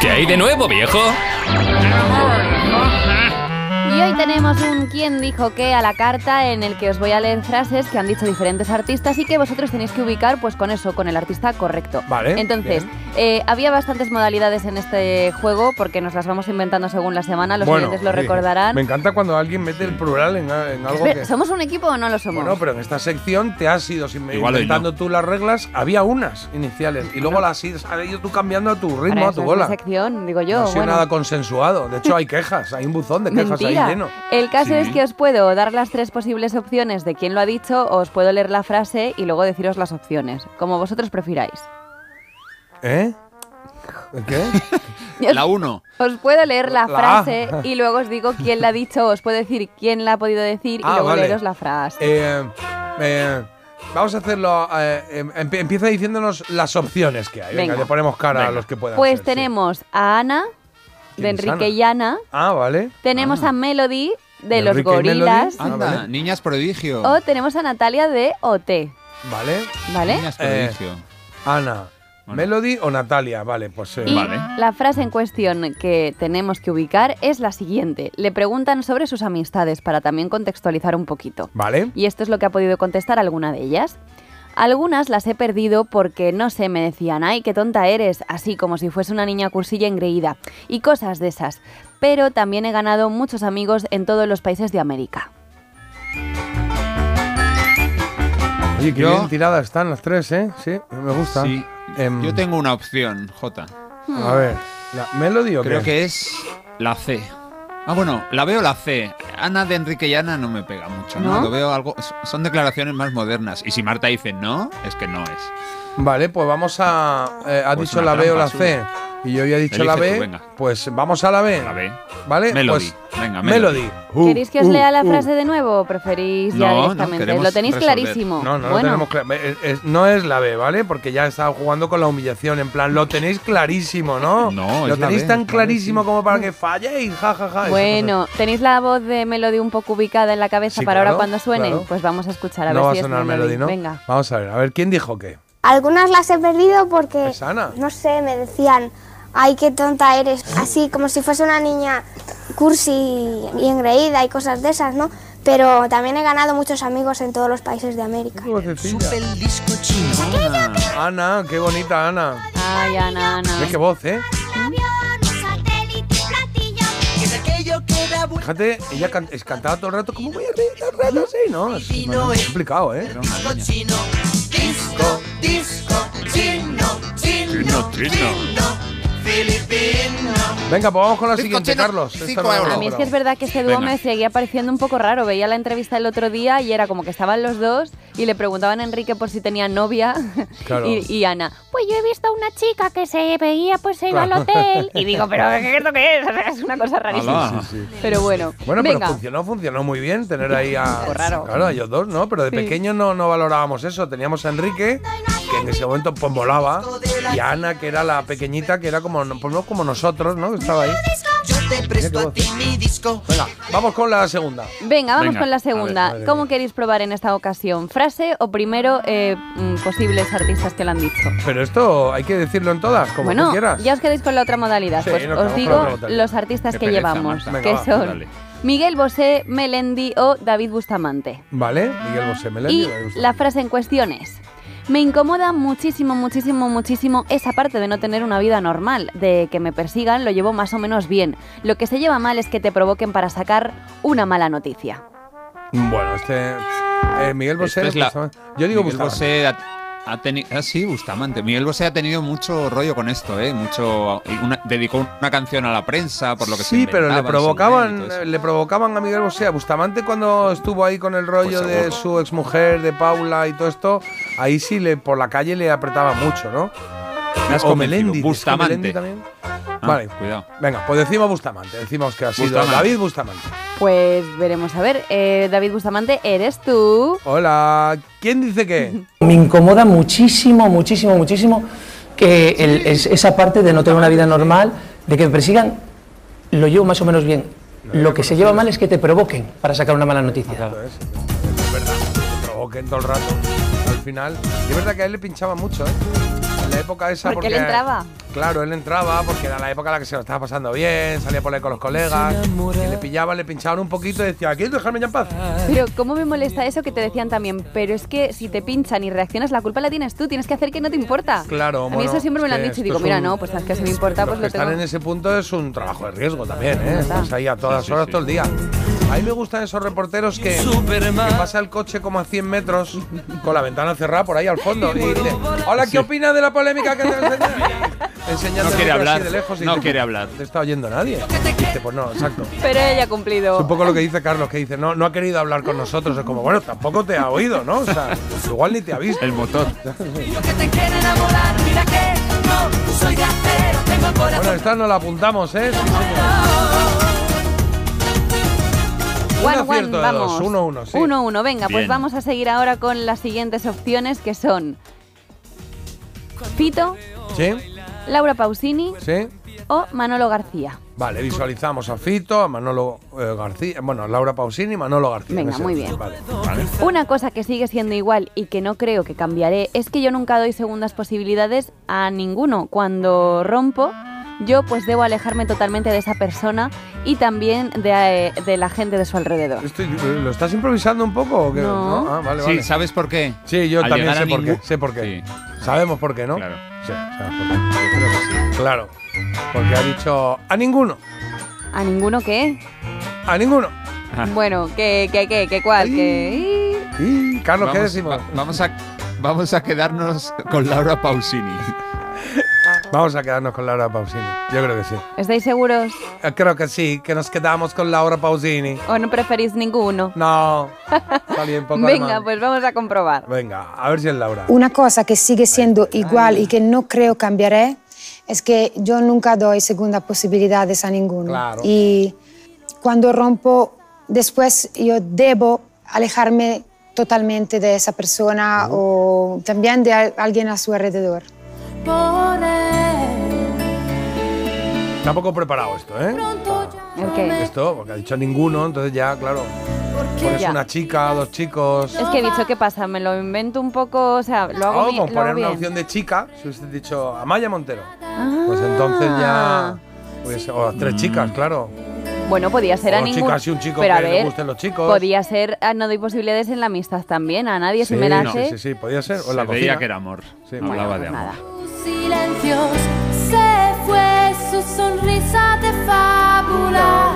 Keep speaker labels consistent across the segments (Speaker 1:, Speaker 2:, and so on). Speaker 1: ¿Qué hay de nuevo, viejo?
Speaker 2: Y hoy tenemos un quién dijo qué a la carta en el que os voy a leer frases que han dicho diferentes artistas y que vosotros tenéis que ubicar pues con eso, con el artista correcto.
Speaker 3: Vale,
Speaker 2: Entonces, eh, había bastantes modalidades en este juego porque nos las vamos inventando según la semana, los oyentes lo
Speaker 3: oye,
Speaker 2: recordarán.
Speaker 3: Me encanta cuando alguien mete el plural en, a- en algo
Speaker 2: Espera,
Speaker 3: que.
Speaker 2: ¿Somos un equipo o no lo somos?
Speaker 3: Bueno, pero en esta sección te has ido sin-
Speaker 4: Igual hoy
Speaker 3: inventando tú las reglas. Había unas iniciales y luego las has ido tú cambiando a tu ritmo,
Speaker 2: Ahora,
Speaker 3: a tu
Speaker 2: esa es
Speaker 3: bola.
Speaker 2: mi sección, digo yo.
Speaker 3: no ha sido
Speaker 2: bueno.
Speaker 3: nada consensuado. De hecho, hay quejas. Hay un buzón de quejas ahí lleno.
Speaker 2: El caso
Speaker 4: Sí.
Speaker 2: es que os puedo dar las tres posibles opciones de quién lo ha dicho, o os puedo leer la frase y luego deciros las opciones, como vosotros prefiráis.
Speaker 3: ¿Eh? ¿El ¿Qué?
Speaker 4: La 1.
Speaker 2: Os puedo leer la,
Speaker 3: La A.
Speaker 2: frase y luego os digo quién la ha dicho, os puedo decir quién la ha podido decir y
Speaker 3: Ah,
Speaker 2: luego
Speaker 3: vale.
Speaker 2: leeros la frase.
Speaker 3: Eh, eh, vamos a hacerlo. eh, em- em- empieza diciéndonos las opciones que hay. Venga,
Speaker 2: Venga.
Speaker 3: le ponemos cara a
Speaker 4: Venga.
Speaker 3: los que puedan.
Speaker 2: pues
Speaker 3: ser, sí.
Speaker 2: tenemos a Ana, de
Speaker 3: ¿Quién es
Speaker 2: Enrique
Speaker 3: Ana?
Speaker 2: y Ana,
Speaker 3: Ah, vale.
Speaker 2: tenemos a Melody, de
Speaker 3: ¿De
Speaker 2: Los
Speaker 3: Enrique y Melody?
Speaker 2: Gorilas,
Speaker 3: Ah,
Speaker 4: Anda,
Speaker 3: vale.
Speaker 4: niñas prodigio.
Speaker 2: o tenemos a Natalia de OT,
Speaker 3: Vale.
Speaker 2: ¿vale?
Speaker 4: Niñas
Speaker 3: Eh,
Speaker 4: prodigio.
Speaker 3: Ana,
Speaker 4: Bueno.
Speaker 3: Melody o Natalia. Vale, pues. eh,
Speaker 2: Y
Speaker 4: Vale.
Speaker 2: la frase en cuestión que tenemos que ubicar es la siguiente. Le preguntan sobre sus amistades para también contextualizar un poquito.
Speaker 3: Vale.
Speaker 2: Y esto es lo que ha podido contestar alguna de ellas. Algunas las he perdido porque, no sé, me decían, ay, qué tonta eres, así como si fuese una niña cursilla engreída, y cosas de esas. Pero también he ganado muchos amigos en todos los países de América.
Speaker 3: Oye, qué
Speaker 4: Yo-
Speaker 3: bien tiradas están las tres, ¿eh? Sí, me gusta.
Speaker 4: Sí.
Speaker 3: Em,
Speaker 4: Yo tengo una opción, J.
Speaker 3: A ver, ¿la ¿Melody o
Speaker 4: Creo
Speaker 3: qué?
Speaker 4: que es la C. Ah, bueno, la veo la C. Ana de Enrique y Ana no me pega mucho, ¿no?
Speaker 2: ¿No?
Speaker 4: Lo veo algo. Son declaraciones más modernas. Y si Marta dice no, es que no es.
Speaker 3: Vale, pues vamos a. eh, ha
Speaker 4: Pues
Speaker 3: dicho
Speaker 4: una
Speaker 3: la B o
Speaker 4: trampa,
Speaker 3: la C. Y yo había dicho la
Speaker 4: Elige
Speaker 3: B.
Speaker 4: tú, venga.
Speaker 3: Pues vamos a la B.
Speaker 4: La B.
Speaker 3: ¿Vale?
Speaker 4: Melody.
Speaker 3: Pues,
Speaker 4: Venga, Melody.
Speaker 3: Melody. Uh,
Speaker 2: ¿Queréis que os
Speaker 3: uh,
Speaker 2: lea la
Speaker 3: uh.
Speaker 2: frase de nuevo o preferís ya
Speaker 4: No, no,
Speaker 2: directamente?
Speaker 4: queremos
Speaker 2: lo tenéis
Speaker 4: resolver.
Speaker 2: clarísimo.
Speaker 3: No, no, lo
Speaker 2: bueno,
Speaker 3: tenemos cla- eh, eh, No es la B, ¿vale? Porque ya estaba jugando con la humillación. En plan, lo tenéis clarísimo, ¿no?
Speaker 4: No,
Speaker 3: Lo
Speaker 4: es la
Speaker 3: tenéis
Speaker 4: B,
Speaker 3: tan
Speaker 4: es la B,
Speaker 3: clarísimo
Speaker 4: sí.
Speaker 3: como para que falléis, ja, ja, ja. Eso no se-
Speaker 2: Bueno, ¿tenéis la voz de Melody un poco ubicada en la cabeza
Speaker 3: Sí,
Speaker 2: para ahora
Speaker 3: claro,
Speaker 2: cuando suene?
Speaker 3: claro.
Speaker 2: Pues vamos a escuchar a
Speaker 3: no
Speaker 2: ver
Speaker 3: va a
Speaker 2: si
Speaker 3: sonar
Speaker 2: es
Speaker 3: Melody, ¿no?
Speaker 2: Venga.
Speaker 3: Vamos a ver, a ver, ¿quién dijo qué?
Speaker 5: Algunas las he perdido porque,
Speaker 3: Es Ana.
Speaker 5: no sé, me decían, ay, qué tonta eres, así como si fuese una niña cursi y engreída y cosas de esas, ¿no? Pero también he ganado muchos amigos en todos los países de América.
Speaker 3: Vocecilla.
Speaker 4: Ah,
Speaker 3: Ana, qué bonita Ana.
Speaker 2: Ay, Ana, Ana.
Speaker 3: Ve qué voz, ¿eh? Fíjate, ella can- es- cantaba todo el rato como muy arriba, todo el rato así, ¿no? Es, bueno, es complicado, ¿eh?
Speaker 4: era una niña.
Speaker 3: Venga, pues vamos con la siguiente,
Speaker 4: Bizcochino,
Speaker 3: Carlos. Esta
Speaker 4: cinco
Speaker 3: no la
Speaker 4: euros.
Speaker 3: hemos
Speaker 2: A mí es que es
Speaker 3: probado.
Speaker 2: verdad que este dúo
Speaker 4: Venga.
Speaker 2: me seguía pareciendo un poco raro. Veía la entrevista el otro día y era como que estaban los dos y le preguntaban a Enrique por si tenía novia
Speaker 3: Claro.
Speaker 2: y, y Ana. Pues yo he visto a una chica que se veía, pues se iba
Speaker 3: Claro.
Speaker 2: al hotel. Y digo, pero ¿qué es esto que es? O sea, es una cosa rarísima.
Speaker 4: Alá.
Speaker 2: Pero bueno,
Speaker 3: Bueno,
Speaker 2: venga.
Speaker 3: pero funcionó, funcionó muy bien tener ahí a.
Speaker 2: Poco raro.
Speaker 3: Claro, a ellos dos, ¿no? Pero de
Speaker 2: Sí.
Speaker 3: pequeños no, no valorábamos eso. Teníamos a Enrique, que en ese momento pues volaba, y a Ana, que era la pequeñita, que era como, pues, no como nosotros, ¿no? Que estaba ahí.
Speaker 6: Yo te presto a ti mi disco.
Speaker 3: Venga, vamos con la segunda.
Speaker 2: Venga, vamos
Speaker 4: Venga,
Speaker 2: con la
Speaker 4: a ver,
Speaker 2: segunda.
Speaker 3: madre
Speaker 2: ¿Cómo
Speaker 3: mía.
Speaker 2: queréis probar en esta ocasión? ¿Frase o primero eh, mm, posibles artistas que lo han dicho?
Speaker 3: Pero esto hay que decirlo en todas, como
Speaker 2: bueno,
Speaker 3: tú quieras.
Speaker 2: ya os quedáis con la otra modalidad.
Speaker 3: Sí,
Speaker 2: pues
Speaker 3: nos
Speaker 2: os
Speaker 3: quedamos con la
Speaker 2: digo
Speaker 3: otra modalidad.
Speaker 2: los artistas
Speaker 4: Qué
Speaker 2: que
Speaker 4: pereza,
Speaker 2: llevamos,
Speaker 4: Marta.
Speaker 2: que
Speaker 3: Venga, va,
Speaker 2: son
Speaker 4: dale.
Speaker 2: Miguel Bosé, Melendi o David Bustamante.
Speaker 3: Vale, Miguel Bosé me
Speaker 2: y la frase en cuestión es... Me incomoda muchísimo, muchísimo, muchísimo esa parte de no tener una vida normal, de que me persigan, lo llevo más o menos bien. Lo que se lleva mal es que te provoquen para sacar una mala noticia.
Speaker 3: Bueno, este. eh, Miguel
Speaker 4: Esta
Speaker 3: Bosé.
Speaker 4: es la-
Speaker 3: Bustamante. Yo digo
Speaker 4: Miguel
Speaker 3: Bustamante.
Speaker 4: Bosé ha, tenido. Ah, sí, Bustamante. Miguel Bosé ha tenido mucho rollo con esto, ¿eh? Mucho. y una- dedicó una canción a la prensa, por lo que se
Speaker 3: sí, pero le
Speaker 4: inventaban, sobre él y todo
Speaker 3: provocaban,
Speaker 4: eso.
Speaker 3: le provocaban a Miguel Bosé, a Bustamante cuando estuvo ahí con el rollo
Speaker 4: Pues
Speaker 3: de
Speaker 4: seguro.
Speaker 3: su exmujer, de Paula y todo esto, ahí sí le por la calle le apretaba mucho, ¿no?
Speaker 4: Me has
Speaker 3: o
Speaker 4: convencido,
Speaker 3: Melendi, es que
Speaker 4: Bustamante.
Speaker 3: Melendi también.
Speaker 4: Ah,
Speaker 3: vale,
Speaker 4: Cuidado.
Speaker 3: venga, pues decimos Bustamante, decimos que ha sido
Speaker 4: Bustamante.
Speaker 3: David Bustamante.
Speaker 2: Pues veremos, a ver, eh, David Bustamante, ¿eres tú?
Speaker 3: Hola, ¿quién dice qué?
Speaker 7: Me incomoda muchísimo, muchísimo, muchísimo que el- es- esa parte de no tener una vida normal, de que me persigan, lo llevo más o menos bien. Lo que se lleva mal es que te provoquen para sacar una mala noticia.
Speaker 3: Esto es, esto es verdad, que provoquen todo el rato. Al final, y es verdad que a él le pinchaba mucho, ¿eh? Le- la época esa.
Speaker 2: Porque él entraba.
Speaker 3: Claro, él entraba porque era la época en la que se lo estaba pasando bien, salía por ahí con los colegas, y le pillaban, le pinchaban un poquito y decía, ¿quieres dejarme ya en paz?
Speaker 2: Pero cómo me molesta eso que te decían también, pero es que si te pinchan y reaccionas, la culpa la tienes tú, tienes que hacer que no te importa.
Speaker 3: Claro,
Speaker 2: A mí
Speaker 3: bueno,
Speaker 2: eso siempre me
Speaker 3: es
Speaker 2: lo han
Speaker 3: que
Speaker 2: dicho y
Speaker 3: esto
Speaker 2: digo,
Speaker 3: es
Speaker 2: mira,
Speaker 3: un-
Speaker 2: no, pues las que se me importa,
Speaker 3: Los
Speaker 2: pues
Speaker 3: que
Speaker 2: lo tengo.
Speaker 3: están en ese punto es un trabajo de riesgo también, ¿eh? Estás ahí a todas horas, todo el día. A mí me gustan esos reporteros que, que pasa el coche como a 100 metros con la ventana cerrada por ahí al fondo y dice, hola, ¿qué opinas de la polémica que te enseñan? Enseñando
Speaker 4: No quiere
Speaker 3: el libro así
Speaker 4: hablar,
Speaker 3: de lejos y
Speaker 4: no
Speaker 3: dice,
Speaker 4: quiere hablar.
Speaker 3: No te está oyendo nadie. Dice, pues no, exacto.
Speaker 2: Pero ella ha
Speaker 3: Es un
Speaker 2: cumplido.
Speaker 3: poco lo que dice Carlos, que dice, no, no ha querido hablar con nosotros. Es como, bueno, tampoco te ha oído, ¿no? O sea, igual ni te ha visto.
Speaker 4: El motor.
Speaker 3: Bueno, esta no la apuntamos, ¿eh? Sí, señor.
Speaker 2: One,
Speaker 3: un
Speaker 2: one,
Speaker 3: acierto de
Speaker 2: vamos.
Speaker 3: dos, uno, uno, sí.
Speaker 2: Uno, uno. venga, pues
Speaker 4: Bien.
Speaker 2: vamos a seguir ahora con las siguientes opciones que son Fito,
Speaker 3: ¿Sí?
Speaker 2: Laura Pausini
Speaker 3: ¿Sí?
Speaker 2: o Manolo García.
Speaker 3: Vale, visualizamos a Fito, a Manolo eh, García, bueno, a Laura Pausini y Manolo García.
Speaker 2: Venga,
Speaker 3: en ese
Speaker 2: muy
Speaker 3: orden,
Speaker 2: bien.
Speaker 3: Vale.
Speaker 2: Una cosa que sigue siendo igual y que no creo que cambiaré es que yo nunca doy segundas posibilidades a ninguno. Cuando rompo, yo pues debo alejarme totalmente de esa persona y también de, eh, de la gente de su alrededor.
Speaker 3: Estoy- eh, ¿Lo estás improvisando un poco o qué?
Speaker 2: No.
Speaker 3: Ah, vale,
Speaker 4: Sí,
Speaker 3: vale.
Speaker 4: ¿sabes por qué?
Speaker 3: Sí, yo
Speaker 4: Al
Speaker 3: también
Speaker 4: llegar a
Speaker 3: sé por qué.
Speaker 4: ningún-
Speaker 3: Sé por qué.
Speaker 4: Sí.
Speaker 3: Sabemos por qué, ¿no?
Speaker 4: Claro.
Speaker 3: Sí, sabemos por qué. Yo creo que sí. Claro. Porque ha dicho a ninguno.
Speaker 2: ¿A ninguno qué?
Speaker 3: A ninguno.
Speaker 4: Ah.
Speaker 2: Bueno, ¿qué, qué, qué, qué cuál?
Speaker 3: Ay.
Speaker 2: ¿Qué?
Speaker 3: Y, Carlos, ¿qué
Speaker 4: Vamos-
Speaker 3: decimos?
Speaker 4: va- vamos, a, vamos a quedarnos con Laura Pausini.
Speaker 3: Vamos a quedarnos con Laura Pausini. Yo creo que sí.
Speaker 2: ¿Estáis seguros?
Speaker 3: Eh, Creo que sí, que nos quedamos con Laura Pausini.
Speaker 2: ¿O no preferís ninguno?
Speaker 3: No. Salí un poco
Speaker 2: Venga,
Speaker 3: alemán.
Speaker 2: pues vamos a comprobar.
Speaker 3: Venga, a ver si es Laura.
Speaker 1: Una cosa que sigue siendo igual y que no creo cambiaré es que yo nunca doy segundas posibilidades a ninguno.
Speaker 3: Claro.
Speaker 1: Y cuando rompo, después yo debo alejarme totalmente de esa persona o también de al- alguien a su alrededor.
Speaker 3: Está poco preparado esto, ¿eh?
Speaker 2: ¿El qué?
Speaker 3: Esto, porque ha dicho ninguno, entonces ya, claro. Pones
Speaker 2: Ya.
Speaker 3: una chica, dos chicos.
Speaker 2: Es que he dicho, ¿qué pasa? ¿Me lo invento un poco? O sea, lo hago,
Speaker 3: Ah,
Speaker 2: bi-
Speaker 3: con
Speaker 2: lo hago
Speaker 3: poner una
Speaker 2: bien.
Speaker 3: opción de chica, si hubiese dicho Amaya Montero.
Speaker 2: Ah.
Speaker 3: Pues entonces ya. hubiese- o tres
Speaker 4: Mm.
Speaker 3: chicas, claro.
Speaker 2: Bueno, podía ser a
Speaker 3: O
Speaker 2: ningún.
Speaker 3: Oh, chicas y un chico
Speaker 2: pero a
Speaker 3: que le
Speaker 2: ver,
Speaker 3: gusten los chicos.
Speaker 2: Podía ser a no doy posibilidades en la amistad también. A nadie se me la
Speaker 3: sí,
Speaker 2: hace.
Speaker 3: sí, sí, podía ser. O en la
Speaker 4: Se veía
Speaker 3: cocina.
Speaker 4: que era amor.
Speaker 3: Sí.
Speaker 4: no
Speaker 2: Bueno,
Speaker 4: hablaba
Speaker 2: pues
Speaker 4: de amor.
Speaker 2: nada.
Speaker 8: silencios se fue su sonrisa de fábula.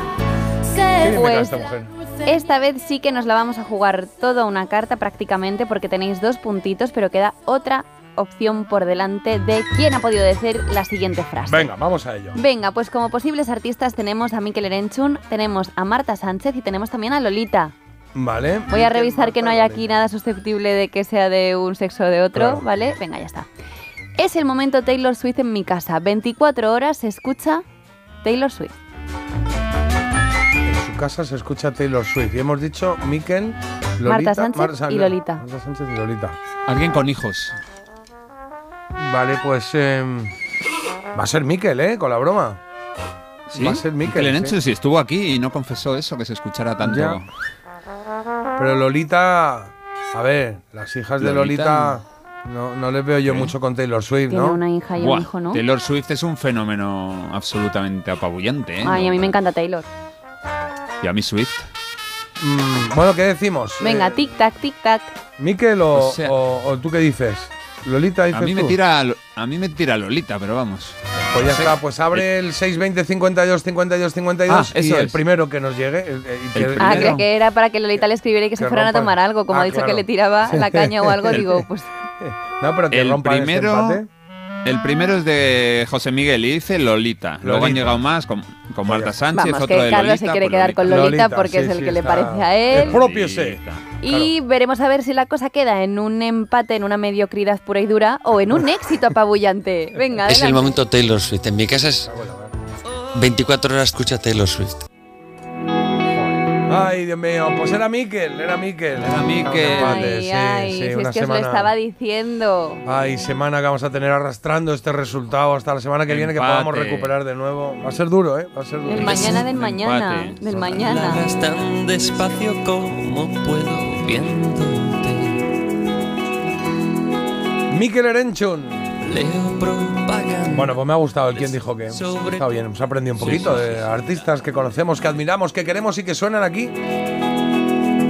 Speaker 3: Qué
Speaker 8: Se
Speaker 3: bien me
Speaker 2: Pues-
Speaker 3: cae esta mujer.
Speaker 2: Esta vez sí que nos la vamos a jugar toda una carta prácticamente porque tenéis dos puntitos, pero queda otra opción por delante de quién ha podido decir la siguiente frase.
Speaker 3: Venga, vamos a ello.
Speaker 2: Venga, pues como posibles artistas tenemos a Mikel Erenchun, tenemos a Marta Sánchez y tenemos también a Lolita.
Speaker 3: Vale.
Speaker 2: Voy a revisar que no haya aquí
Speaker 3: nada.
Speaker 2: nada susceptible de que sea de un sexo o de otro,
Speaker 3: Claro.
Speaker 2: ¿vale? Venga, ya está. Es el momento Taylor Swift en mi casa. 24 horas se escucha Taylor Swift.
Speaker 3: En su casa se escucha Taylor Swift. Y hemos dicho Miquel, Lolita,
Speaker 2: Marta Sánchez y Lolita.
Speaker 3: Marta Sánchez y Lolita.
Speaker 4: Alguien con hijos.
Speaker 3: Vale, pues. em, va a ser Miquel, ¿eh? Con la broma.
Speaker 4: ¿Sí?
Speaker 3: Va a ser Mikel,
Speaker 4: Mikel Enchu,
Speaker 3: sí.
Speaker 4: si estuvo aquí y no confesó eso, que se escuchara tanto.
Speaker 3: Ya. Pero Lolita. A ver, las hijas de Lolita.
Speaker 4: Lolita
Speaker 3: No, no les veo yo mucho con Taylor Swift,
Speaker 2: Tiene
Speaker 3: ¿no?
Speaker 2: una hija y
Speaker 4: Buah,
Speaker 2: un hijo, ¿no?
Speaker 4: Taylor Swift es un fenómeno absolutamente apabullante. ¿eh?
Speaker 2: Ay, a mí me encanta Taylor.
Speaker 4: Y a mí Swift.
Speaker 3: Mm, bueno, ¿qué decimos?
Speaker 2: Venga,
Speaker 3: ti.
Speaker 2: tic-tac, tic-tac.
Speaker 3: eh, ¿Miquel o,
Speaker 4: O sea-
Speaker 3: o- o tú qué dices? Lolita, dices
Speaker 4: A mí, me
Speaker 3: tú?
Speaker 4: tira, a mí me tira Lolita, pero vamos.
Speaker 3: Pues ya
Speaker 4: Sí. Eh.
Speaker 3: está, pues abre el 620 52 52 52
Speaker 4: Ah,
Speaker 3: y
Speaker 4: eso
Speaker 3: el
Speaker 4: es.
Speaker 3: primero que nos llegue. el- el- y
Speaker 4: El
Speaker 3: que-
Speaker 2: Ah,
Speaker 4: Primero.
Speaker 2: creo que era para que Lolita le escribiera y que se
Speaker 3: Que
Speaker 2: fueran a
Speaker 3: rompan.
Speaker 2: tomar algo. Como
Speaker 3: Ah,
Speaker 2: ha dicho
Speaker 3: claro.
Speaker 2: que le tiraba la caña o algo, digo, pues
Speaker 3: No, pero que
Speaker 4: El
Speaker 3: rompan este
Speaker 4: primero-
Speaker 3: empate.
Speaker 4: El primero es de José Miguel y dice Lolita. Luego han
Speaker 3: Lolita.
Speaker 4: llegado más con, con Marta Sánchez,
Speaker 2: vamos,
Speaker 4: otro
Speaker 2: que
Speaker 4: de
Speaker 2: Carlos se
Speaker 4: Lolita,
Speaker 2: quiere
Speaker 4: pues
Speaker 2: quedar con Lolita, porque es el que le
Speaker 3: está-
Speaker 2: parece a él.
Speaker 3: El propio ese.
Speaker 2: Y veremos a ver si la cosa queda en un empate, en una mediocridad pura y dura o en un éxito apabullante. Venga,
Speaker 9: Es el
Speaker 2: adelante.
Speaker 9: momento Taylor Swift. En mi casa es 24 horas escucha Taylor Swift.
Speaker 3: Ay, Dios mío, pues era Miquel, era Miquel.
Speaker 4: Era Miquel.
Speaker 3: Un empate,
Speaker 2: Ay,
Speaker 3: sí,
Speaker 2: ay,
Speaker 3: sí,
Speaker 2: si es
Speaker 3: una
Speaker 2: que os lo
Speaker 3: semana-
Speaker 2: estaba diciendo.
Speaker 3: Ay, semana que vamos a tener arrastrando este resultado hasta la semana que viene que
Speaker 4: Empate.
Speaker 3: podamos recuperar de nuevo. Va a ser duro, ¿eh? Va a ser duro.
Speaker 2: El mañana del
Speaker 4: Empate.
Speaker 2: mañana, del mañana.
Speaker 9: tan despacio como puedo viéndote.
Speaker 3: Miquel Erenchun.
Speaker 6: Leo propaganda.
Speaker 3: Bueno, pues me ha gustado el quien dijo que. Está bien, hemos aprendido un poquito de artistas que conocemos, que admiramos, que queremos y que suenan aquí